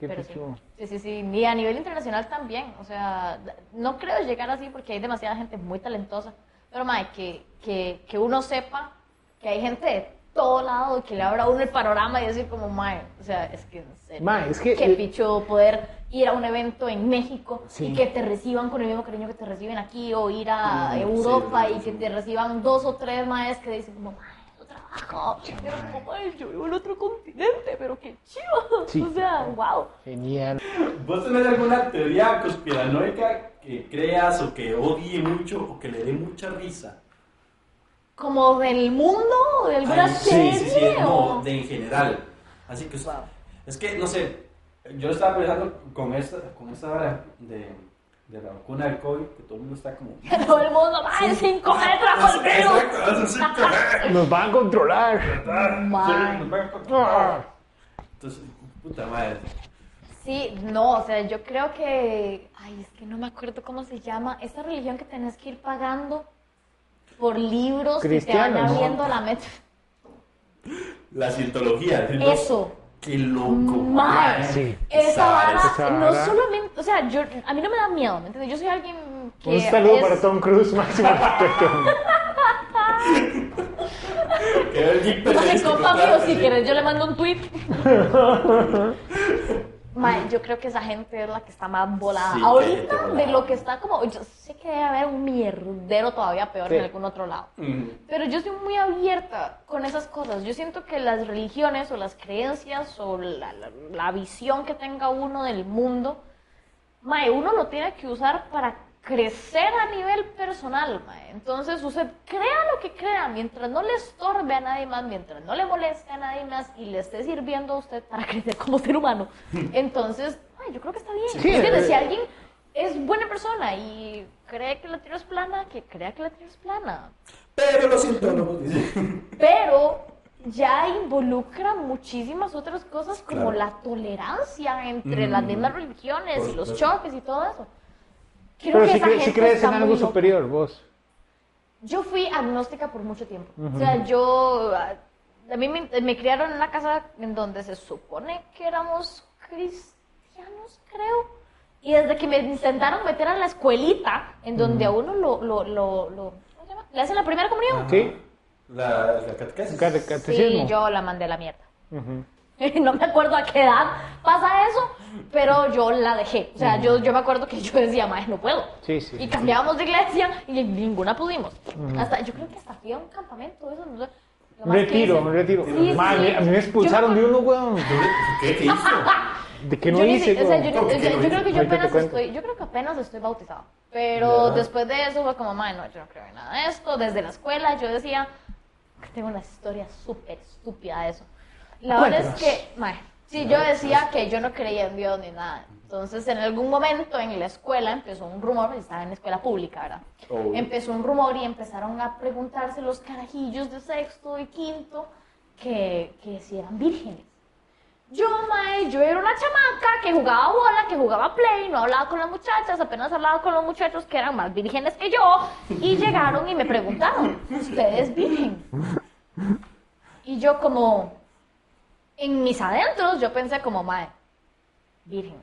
Qué
Pero sí.
pichudo.
Sí, sí, sí. Y a nivel internacional también. O sea, no creo llegar así porque hay demasiada gente muy talentosa. Pero, mae, que, que, que uno sepa que hay gente de todo lado que le abra a uno el panorama y decir como, mae, o sea, es que en serio.
Mae, es que-
Qué picho poder ir a un evento en México
Sí.
y que te reciban con el mismo cariño que te reciben aquí o ir a Europa y que te reciban dos o tres maes que dicen como, mae, yo trabajo. Pero como, mae, yo vivo en otro continente, pero qué chido. <laughs>
Sí.
O sea, wow.
Genial.
¿Vos tenés alguna teoría conspiranoica que creas o que odie mucho o que le dé mucha risa?
como del mundo, de alguna
Ay,
serie.
Sí, sí, sí,
o-
no, de en general. Así que, es que, no sé, yo estaba pensando con esta, con esta hora de, de la vacuna del COVID, que todo el mundo está como...
<laughs> Todo el mundo va en 5G trajo el virus.
Exacto, es así, correcto.
Nos van a controlar.
Ah, Mae.
Entonces, puta madre.
Sí, no, o sea, yo creo que. Ay, es que no me acuerdo cómo se llama. Esa religión que tenés que ir pagando por libros que te van
Cristianos.
abriendo la meta.
La cientología. ¿sí?
Eso.
Qué loco.
Mae,
Sí.
esa vara,
esa
no
vara.
solamente, o sea, yo, a mí no me da miedo, ¿me entiendes? Yo soy alguien que
Un saludo
es-
para Tom Cruise, <laughs> máximo
<laughs>
respeto.
Que el jeep
No me
pertenece,
compa
claro,
mío, si
sí.
quieres yo le mando
<laughs>
un tweet. Mae, yo creo que esa gente es la que está más volada.
Sí, qué
Ahorita
gente
de
volada.
lo que está como, yo sé que debe haber un mierdero todavía peor
Sí.
en algún otro lado.
Mm.
Pero yo soy muy abierta con esas cosas. Yo siento que las religiones o las creencias o la, la- la visión que tenga uno del mundo, mae, uno lo tiene que usar para crecer a nivel personal, mae. Entonces usted crea lo que crea, mientras no le estorbe a nadie más, mientras no le moleste a nadie más y le esté sirviendo a usted para <laughs> crecer como ser humano. Entonces, mae, yo creo que está bien.
Sí,
¿Me entiendes?
eh.
si alguien es buena persona y cree que la tierra es plana, que crea que la tierra es plana.
Pero los sintólogos dicen.
Pero ya involucra muchísimas otras cosas como
Claro.
la tolerancia entre
Mm.
las mismas religiones
Por
y los
supuesto.
choques y todo eso. Creo
Pero
que
si,
esa
cre- si
gente
crees
está
en
muy
algo
loca.
superior, vos.
Yo fui agnóstica por mucho tiempo. O sea, yo. A, a mí me, me criaron en una casa en donde se supone que éramos cristianos, creo. Y desde que me intentaron meter a la escuelita, en donde a uno lo. lo, lo, lo- ¿Cómo se llama? Le hacen la primera comunión.
¿Sí?
La, la catequesis.
Cate-
Ah. Sí,
Catecismo.
yo la mandé a la mierda.
Ujú.
<laughs> No me acuerdo a qué edad pasa eso, pero yo la dejé. O sea, yo, yo me acuerdo que yo decía, más no puedo.
Sí, sí.
Y cambiábamos de iglesia y ninguna pudimos. hasta, yo creo que hasta fui a un campamento. Eso, no sé, lo
Un
más que
retiro,
hice.
un retiro.
Sí,
Madre,
sí.
mía, a mí me expulsaron
Yo
de
me
uno, weón.
¿Qué te hizo?
¿De qué no
yo ni
hice,
si- o sea, yo,
weón?
ni-
¿Cómo que
o sea,
no
yo
hice?
creo que yo
Ahorita te
apenas
cuento.
estoy, yo creo que apenas estoy bautizado. Pero
Ya.
después de eso fue como, madre, no, yo no creo en nada de esto. Desde la escuela yo decía, que tengo una historia súper estúpida de eso. La verdad es
Cuéntanos.
que, madre, sí, yo decía que yo no creía en Dios ni nada. Entonces, en algún momento en la escuela empezó un rumor, estaba en la escuela pública, ¿verdad?
Oh.
Empezó un rumor y empezaron a preguntarse los carajillos de sexto y quinto que, que si eran vírgenes. Yo, mae, yo era una chamaca que jugaba bola, que jugaba play, no hablaba con las muchachas, apenas hablaba con los muchachos que eran más vírgenes que yo, y llegaron y me preguntaron, ¿usted es virgen? Y yo como, en mis adentros, yo pensé como, mae, virgen.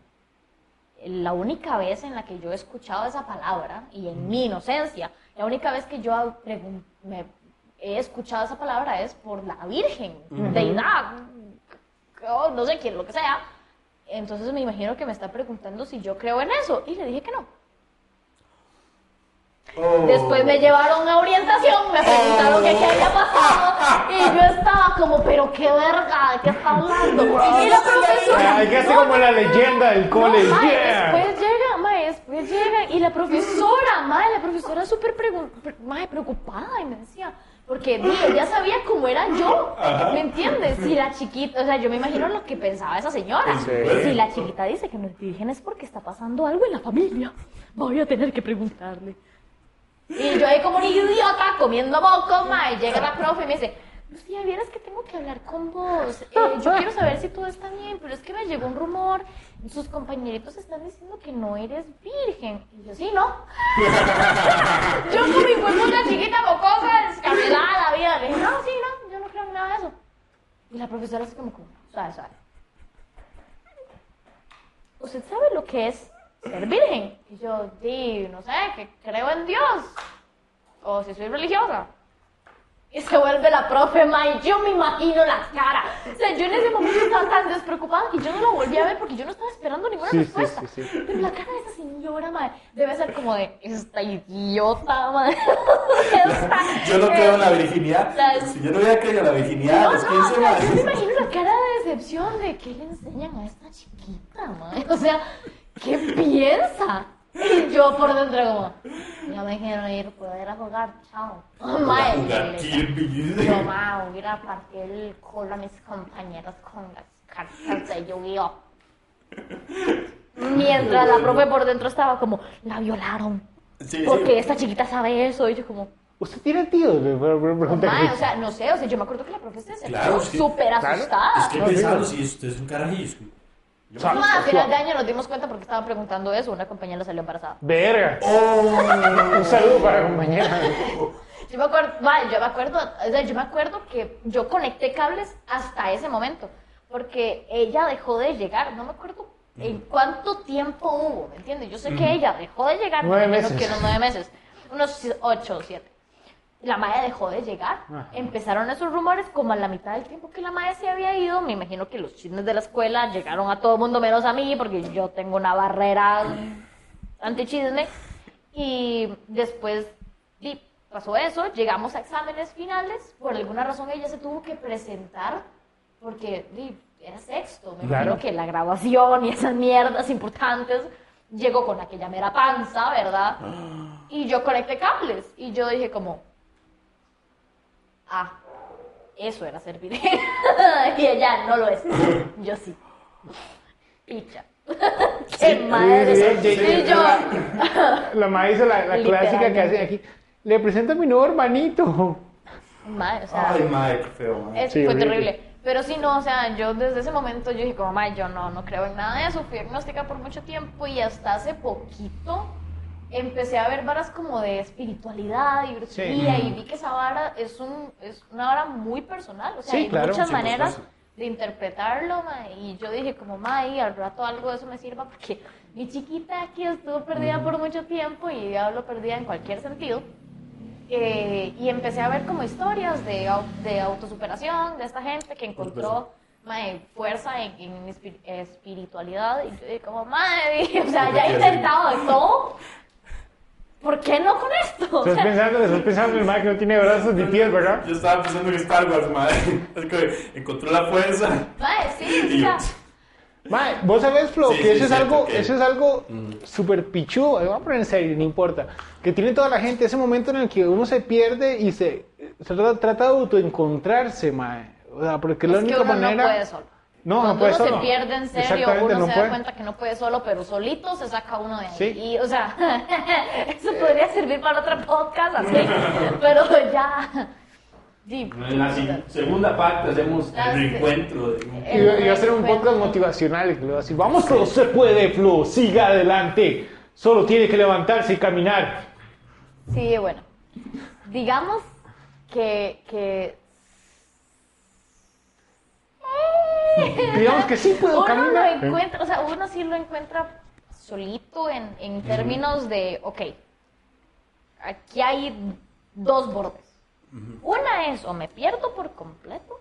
La única vez en la que yo he escuchado esa palabra, y
Mm.
en mi inocencia, la única vez que yo pregun- me he escuchado esa palabra es por la virgen, deidad, o no sé quién, lo que sea. Entonces me imagino que me está preguntando si yo creo en eso. Y le dije que no.
Oh.
Después me llevaron a orientación, me preguntaron que
Oh.
qué había pasado. Y yo estaba como, pero qué verga, ¿de qué está hablando? Y la profesora.
Ay, que hace
no,
Ah, como
no,
la
no, no,
leyenda del
no,
cole.
mae,
Yeah.
Después llega, mae, después llega. Y la profesora, mae, la profesora súper pregun- pre- mae, preocupada y me decía, porque di, ya sabía cómo era yo, ¿me entiendes? Si la chiquita, o sea, yo me imagino lo que pensaba esa señora. Si la chiquita dice que no es virgen es porque está pasando algo en la familia. Voy a tener que preguntarle. Y yo ahí como un idiota comiendo mocos, mae, llega la profe y me dice, Lucía, vieras que tengo que hablar con vos. Eh, yo quiero saber si todo está bien, pero es que me llegó un rumor. Sus compañeritos están diciendo que no eres virgen. Y yo, sí, ¿no? yo con mi cuerpo una chiquita mocosa, descabelada la vida. Le dije, no, sí, no, yo no creo en nada de eso. Y la profesora así como, como, suave, suave. ¿Usted sabe lo que es ser virgen? Y yo, di, no sé, que creo en Dios. O si soy religiosa. Y se vuelve la profe May, yo me imagino la cara. O sea, yo en ese momento estaba tan despreocupada que yo no la volví a ver porque yo no estaba esperando ninguna
Sí, sí,
respuesta.
sí, sí.
Pero la cara de esa señora, May, debe ser como de, esta idiota, <laughs> May. Esta-
Yo no creo en la
eh,
virginidad.
Las-
Si yo no hubiera creído en la virginidad, a
no,
los
no,
15
o sea, yo me
años.
imagino la cara de decepción de que le enseñan a esta chiquita, man. O sea, ¿qué piensa? Y yo por dentro como, ya me quiero ir, puedo ir a jugar, chao. Oh, mae,
Jugar
le-
Kirby.
yo, ma, voy a ir a partir el culo a mis compañeros con las cartas de Yu-Gi-Oh! Mientras la profe por dentro estaba como, la violaron,
Sí, sí.
porque esta chiquita sabe eso, y yo como...
¿Usted tiene tíos? Le voy a pre- preguntar.
Mae, o sea, no sé, o sea, yo me acuerdo que la profe se
Claro,
sentó
sí.
súper asustada.
Es que pensando, si usted es un carajillo. es como-
No, a final de año nos dimos cuenta porque estaban preguntando eso, una compañera salió embarazada.
Verga.
Oh,
Un saludo para la compañera.
Yo me acuerdo, mae, yo me acuerdo, o sea, yo me acuerdo que yo conecté cables hasta ese momento, porque ella dejó de llegar, no me acuerdo en cuánto tiempo hubo, ¿me entiendes? Yo sé que ella dejó de llegar,
Nueve
menos
meses.
que unos nueve meses, unos si- ocho o siete. La madre dejó de llegar. Empezaron esos rumores como a la mitad del tiempo que la madre se había ido. Me imagino que los chismes de la escuela llegaron a todo mundo menos a mí, porque yo tengo una barrera antichisme. Y después di, pasó eso, llegamos a exámenes finales. Por alguna razón ella se tuvo que presentar porque di, era sexto. Me
Claro.
imagino que la grabación y esas mierdas importantes. llegó con aquella mera panza, ¿verdad? Y yo conecté cables y yo dije como, ah, eso era ser virgen. <laughs> y ella no lo es. Yo sí. Picha. <laughs> Qué madre.
sí, sí, sí.
y yo,
La madre hizo la, la clásica que
Literalmente.
hacen aquí. Le presento a mi nuevo hermanito.
madre, o sea,
Ay, madre, qué feo, madre.
Ah. Es-
Sí,
fue
horrible.
terrible. Pero sí, no, o sea, yo desde ese momento yo dije como, "Mae, yo no, no creo en nada de eso. Fui agnóstica por mucho tiempo y hasta hace poquito empecé a ver varas como de espiritualidad y brujería y vi que esa vara es, un, es una vara muy personal. O sea,
Sí,
hay
claro.
muchas
Sí,
por
maneras
supuesto.
de interpretarlo, mae, y yo dije como, mae, al rato algo de eso me sirva porque mi chiquita aquí estuvo perdida por mucho tiempo y hablo perdida en cualquier sentido. Eh, y empecé a ver como historias de, au- de autosuperación de esta gente que encontró mae, fuerza en, en espi- espiritualidad. Y yo dije como, madre, dije, <laughs> o sea, ya he intentado de todo. ¿Por qué no con esto? O sea,
Estás pensando, estás pensando en el mae que no tiene brazos ni pies, ¿verdad?
Yo estaba pensando en Star Wars, madre.
<laughs>
Es que encontró la fuerza.
mae, sí, o sea,
Mae, vos sabés, Flo,
Sí,
que
sí,
eso, es
cierto,
algo,
que- Mm.
eso es algo súper pichudo, eh, vamos a poner en serio, no importa, que tiene toda la gente, ese momento en el que uno se pierde y se, se trata, trata de autoencontrarse, mae. O sea, porque es la
es que
única
uno
manera...
no puede solo.
No, no
Cuando
puede
uno
solo.
se pierde en serio,
Exactamente,
uno
no
se
puede.
da cuenta que no puede solo, pero solito se saca uno de ahí.
Sí.
Y, o sea, <laughs> eso podría servir para otro
<laughs>
podcast, así, pero ya... sí,
En la si- segunda parte hacemos
Ah, sí.
el reencuentro. de-
Y va- y va a ser un
Encuentro.
podcast motivacional, y le va a decir, vamos, Flo, se puede, Flo, siga adelante, solo tiene que levantarse y caminar.
Sí, bueno. Digamos que. que
<laughs> Digamos que sí puedo
uno
caminar.
lo encuentra, o sea, uno sí lo encuentra solito en, en términos de, ok, aquí hay dos bordes. Una es o me pierdo por completo,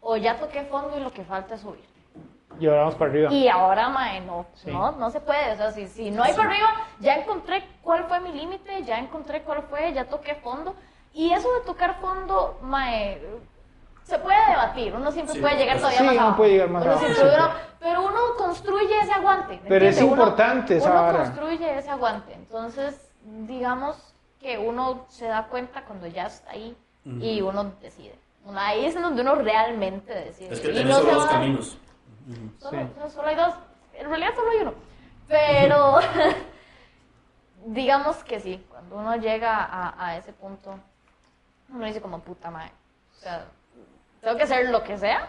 o ya toqué fondo y lo que falta es subir.
Y ahora vamos para arriba.
Y ahora, mae, no,
Sí.
no, no se puede. O sea, si, si no hay para arriba, ya encontré cuál fue mi límite, ya encontré cuál fue, ya toqué fondo. Y eso de tocar fondo, mae, se puede debatir. Uno siempre
Sí,
puede llegar
pues,
todavía
sí,
más
uno
abajo.
puede llegar más
Uno
abajo,
siempre
sí.
uno- pero uno construye ese aguante. ¿me
Pero es
entiende? Uno-
importante esa
Uno
vara.
construye ese aguante. Entonces, digamos que uno se da cuenta cuando ya está ahí y uno decide. Ahí es donde uno realmente decide.
Es que
Y
tenés
no
solo
se
dos
va-
caminos.
Solo, no, solo hay dos. En realidad solo hay uno. Pero <laughs> digamos que sí, cuando uno llega a, a ese punto, uno dice como puta madre. O sea, tengo que hacer lo que sea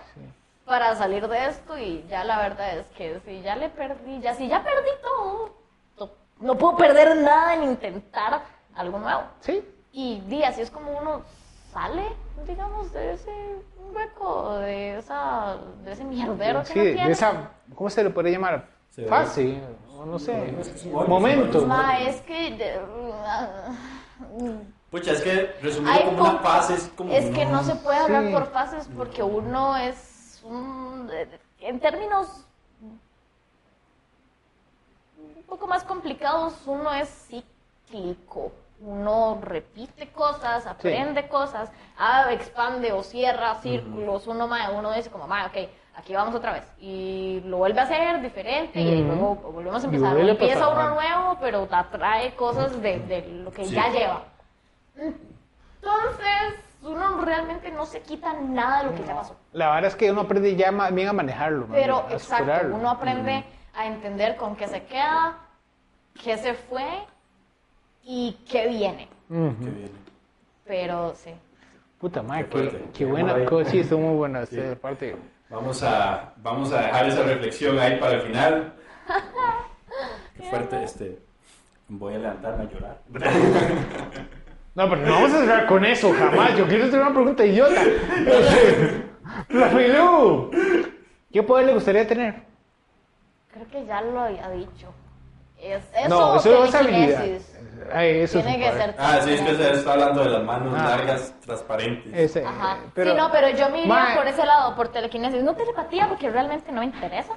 para salir de esto y ya la verdad es que si ya le perdí, ya si ya perdí todo, to- no puedo perder nada en intentar algo nuevo.
Sí,
Y di, así es como uno sale, digamos, de ese hueco, de, esa, de ese mierdero que
sí,
no
de-
tiene.
de esa, ¿cómo se le podría llamar?
Sí,
Fase, o no sé,
Sí, bueno,
momento.
Ma, es que... de-
Pucha, es que resumido
hay
como una
po-
paz es como.
es que no se puede hablar
Sí.
por fases porque uno es un... En términos un poco más complicados, uno es cíclico. Uno repite cosas, aprende cosas, ah, expande o cierra círculos. Uno, ma, uno dice como, ma, ok, aquí vamos otra vez. Y lo vuelve a hacer diferente y
Ujú.
luego volvemos a
Y
empezar.
vuelve a
empieza
pasar.
uno nuevo, pero te atrae cosas de, de lo que
Sí.
ya lleva. Entonces, uno realmente no se quita nada de lo que ya pasó.
La verdad es que uno aprende ya ma- bien a manejarlo. más
Pero,
bien, a
exacto,
superarlo.
uno aprende a entender con qué se queda, qué se fue y qué viene.
Qué bien.
Pero sí.
Puta madre,
Qué
qué,
fuerte.
qué buena
Ay.
cosa. Sí, son muy buenas. eh, aparte.
Vamos a, vamos a dejar esa reflexión ahí para el
<laughs>
final.
Qué fuerte, este. Voy a levantarme a llorar.
No, pero no vamos a cerrar con eso, jamás. Yo quiero hacer una pregunta <laughs> idiota. Este, Flafilú, ¿qué poder le gustaría tener?
Creo que ya lo había dicho. Es, eso
no,
o
eso es habilidad.
telequinesis.
Ay, eso es
Tiene
un
que
poder.
<laughs>
ser.
Ah, sí, es que se
telequinesis.
está hablando de las manos
Ah.
largas, transparentes.
Ese,
Ajá.
eh, pero-
sí, no, pero yo me iría
Ma-
por ese lado, por telequinesis. No telepatía porque realmente no me interesa.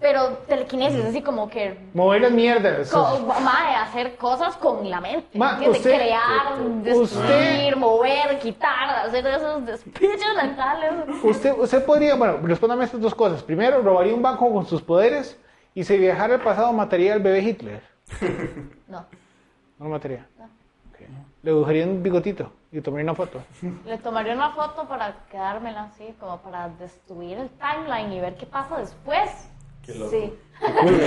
Pero telequinesis, así como que.
Mover las mierdas.
co- mae, hacer cosas con la mente.
Ma,
¿entiendes?
usted-
Crear, destruir, mover, quitar, hacer esos despiches mentales.
Usted, usted podría, bueno, respóndame estas dos cosas. Primero, robaría un banco con sus poderes. ¿Y si viajara al pasado mataría al bebé Hitler?
No,
No lo mataría.
No.
Ok. Le dibujaría un bigotito y tomaría una
<laughs>
foto.
le tomaría una foto para quedármela así, como para destruir el timeline y ver qué pasa después.
Qué loco.
Sí.
Cool,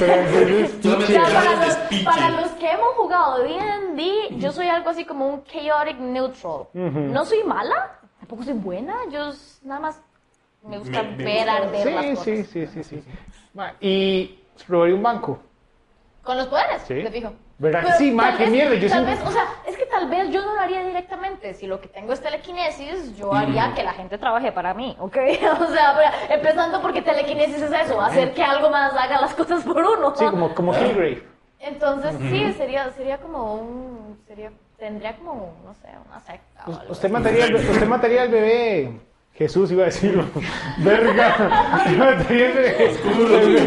¿verdad?
Solamente
Ya,
quedaron
para, los,
despiche.
para los que hemos jugado D&D, yo soy algo así como un chaotic neutral. No soy mala, tampoco soy buena, yo s- nada más me gusta
Me- me
ver
gusta.
arder las
Sí,
cosas.
sí, sí, sí, sí. Ma, Y robaría un banco.
Con los poderes,
Sí.
te fijo.
¿Verdad que
Pero
sí, ma?
tal
Qué
vez-
mierda, yo
tal
siempre-
vez, o sea, es que tal vez yo no lo haría directamente. Si lo que tengo es telequinesis, yo haría que la gente trabaje para mí, ¿ok? <laughs> O sea, pero empezando porque telequinesis es eso, hacer que algo más haga las cosas por uno.
Sí, como, como
Ah.
Kilgrave.
Entonces sí, sería, sería como un, sería, tendría como, no sé, una secta. o algo
Pues, Usted
así.
mataría, al be- usted mataría al bebé. Jesús iba a
<laughs>
decirlo. Verga. Usted mataría al bebé. El bebé,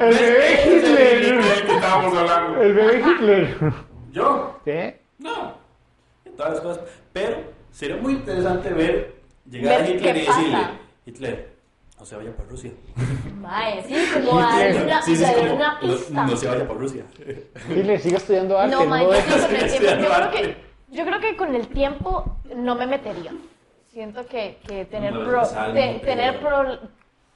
el bebé Hitler.
que estábamos hablando.
El bebé Hitler.
Yo,
¿Sí?
no. Y todas las cosas. Pero sería muy interesante ver llegar
Ver
a Hitler
qué
y decirle:
pasa.
Hitler, no se vaya por Rusia.
Mae, sí, como hay
Hitler,
una,
sí, sí,
hay
como,
una pista.
no, no se vaya por Rusia.
Hitler sigue estudiando arte.
No,
No,
mae, yo creo que con el
dejes
tiempo, yo
de
creo
hablarte.
que, yo creo que con el tiempo no me metería. Siento que, que tener,
No,
pro-
es algo
te-
que-
tener pro-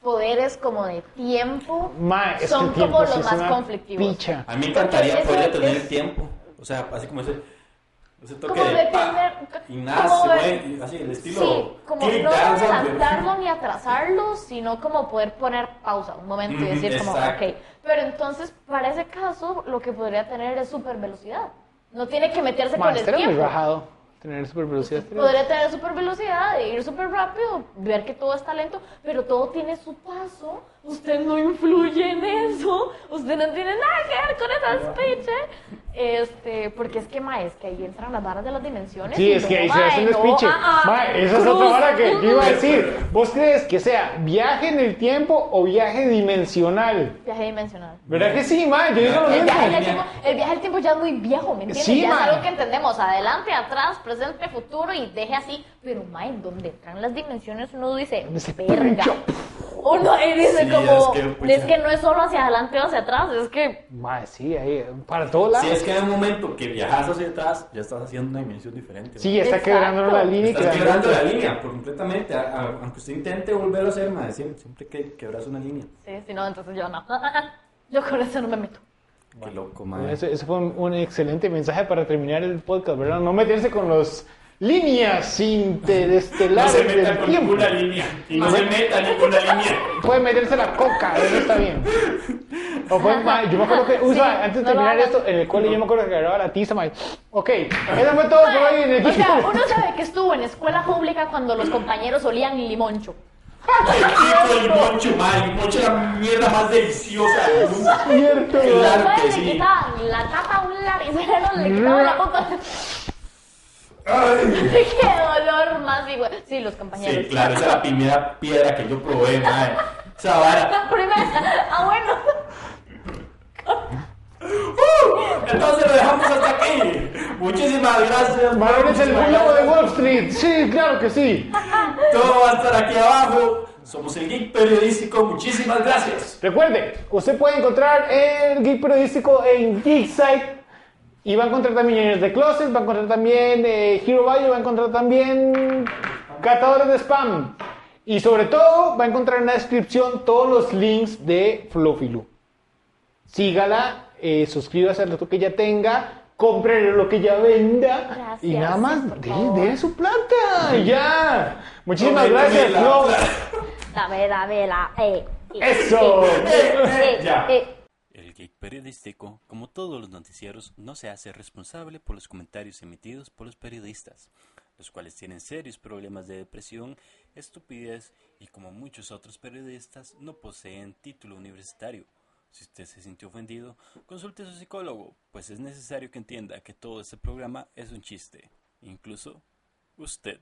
poderes como de tiempo
Ma, es que
son
el tiempo
como
sí
los
es
más
una
conflictivos.
Picha.
A mí me encantaría
Porque
poder
eso
tener
es-
el tiempo. O sea, así como ese, ese toque
Como
de.
de
pa,
tener-
y nada,
como
se
de-
mueve, y así, el estilo.
Sí, como
Kirk
no
Douglas, pero-
adelantarlo ni atrasarlo, sino como poder poner pausa un momento y
Ujú,
decir como,
exacto.
ok. Pero entonces, para ese caso, lo que podría tener es super velocidad. No tiene que meterse
Ma,
con el
este era muy
tiempo.
bajado. Tener super velocidad.
Podría tener super velocidad, ir súper rápido, ver que todo está lento, pero todo tiene su paso. Usted no influye en eso. Usted no tiene nada que ver con esas piches. Este, porque es que, ma, es que ahí entran las barras de las dimensiones.
Sí,
y
es que
no,
ahí se
ma,
hace un
no,
despiche.
ah, ah,
Ma, esa es otra
cruz.
vara que yo iba a decir. ¿Vos crees que sea viaje en el tiempo o viaje dimensional?
Viaje dimensional.
¿Verdad que sí, ma? Yo digo lo
El
mismo.
viaje, del tiempo, el viaje del tiempo ya es muy viejo, ¿me entiendes?
Sí,
ya
ma.
es algo que entendemos, adelante, atrás, presente, futuro y deje así. Pero, ma, en donde entran las dimensiones uno dice,
Ese
verga.
pincho.
Uno ahí dice
Sí,
como,
es que, pucha.
es que no es solo hacia adelante o hacia atrás, es que,
Ma, sí, ahí, para todos lados.
<laughs> Si es que en un momento que viajas hacia atrás, ya estás haciendo una dimensión diferente. ¿no?
Sí, está
Exacto.
quebrando la línea y
Estás
quedando-
quebrando la línea por completamente. a- a- aunque usted intente volverlo a hacer, madre, siempre, siempre que quebras una línea.
sí, si no, entonces yo no. <laughs> Yo con eso no me meto.
Qué loco, madre.
Ese, ese fue un, un excelente mensaje para terminar el podcast, ¿verdad? No meterse con los líneas
No
interestelares
se metan
del
con
tiempo.
ninguna línea. Y no se metan ninguna
<laughs>
línea.
Puede meterse la coca, eso está bien. O puede- ma, yo me acuerdo que, uy,
Sí,
ma, antes de
no lo
terminar
hagan.
esto, en el cole yo me acuerdo que agarraba la tiza, ma. Ok, eso fue todo por hoy en el <laughs>
O sea,
equipo.
uno sabe que estuvo en escuela pública cuando los compañeros olían limoncho.
Tipo limoncho, madre. Limoncho es la mierda más deliciosa del mundo.
Cierto,
<laughs>
Qué
ma.
Claro
Los
que
le
sí.
quitaban la tapa a un lapicero, le quitaban la boca. <laughs> ¡Qué dolor más, digo! Sí, los
Sí,
compañeros.
claro, esa es la primera piedra que yo probé, madre. Esa vara.
La primera. Ah, bueno. <laughs>
Entonces lo dejamos hasta aquí. Muchísimas gracias.
Marón es el
muchísimas
lobo de
gracias.
Wall Street. Sí, claro que sí.
Todo va a estar aquí abajo. Somos el Geek Periodístico. Muchísimas gracias.
Recuerde, usted puede encontrar el Geek Periodístico en Geeksite. Y va a encontrar también Niños de Closet, va a encontrar también eh, Hero Bio, va a encontrar también Catadores de Spam. Y sobre todo, va a encontrar en la descripción todos los links de Flofilu. Sígala, eh, suscríbase a lo que ya tenga, compre lo que ya venda.
Gracias,
y nada
sí,
más,
por
de,
favor.
de su plata. Ya. Muchísimas
<laughs> No me
gracias.
tome la
No.
plata.
Dame, dame la. Eh, eh,
Eso.
eh, eh,
Ya.
eh.
El Geek Periodístico, como todos los noticieros, no se hace responsable por los comentarios emitidos por los periodistas, los cuales tienen serios problemas de depresión, estupidez y como muchos otros periodistas no poseen título universitario. Si usted se sintió ofendido, consulte a su psicólogo, pues es necesario que entienda que todo este programa es un chiste, incluso usted.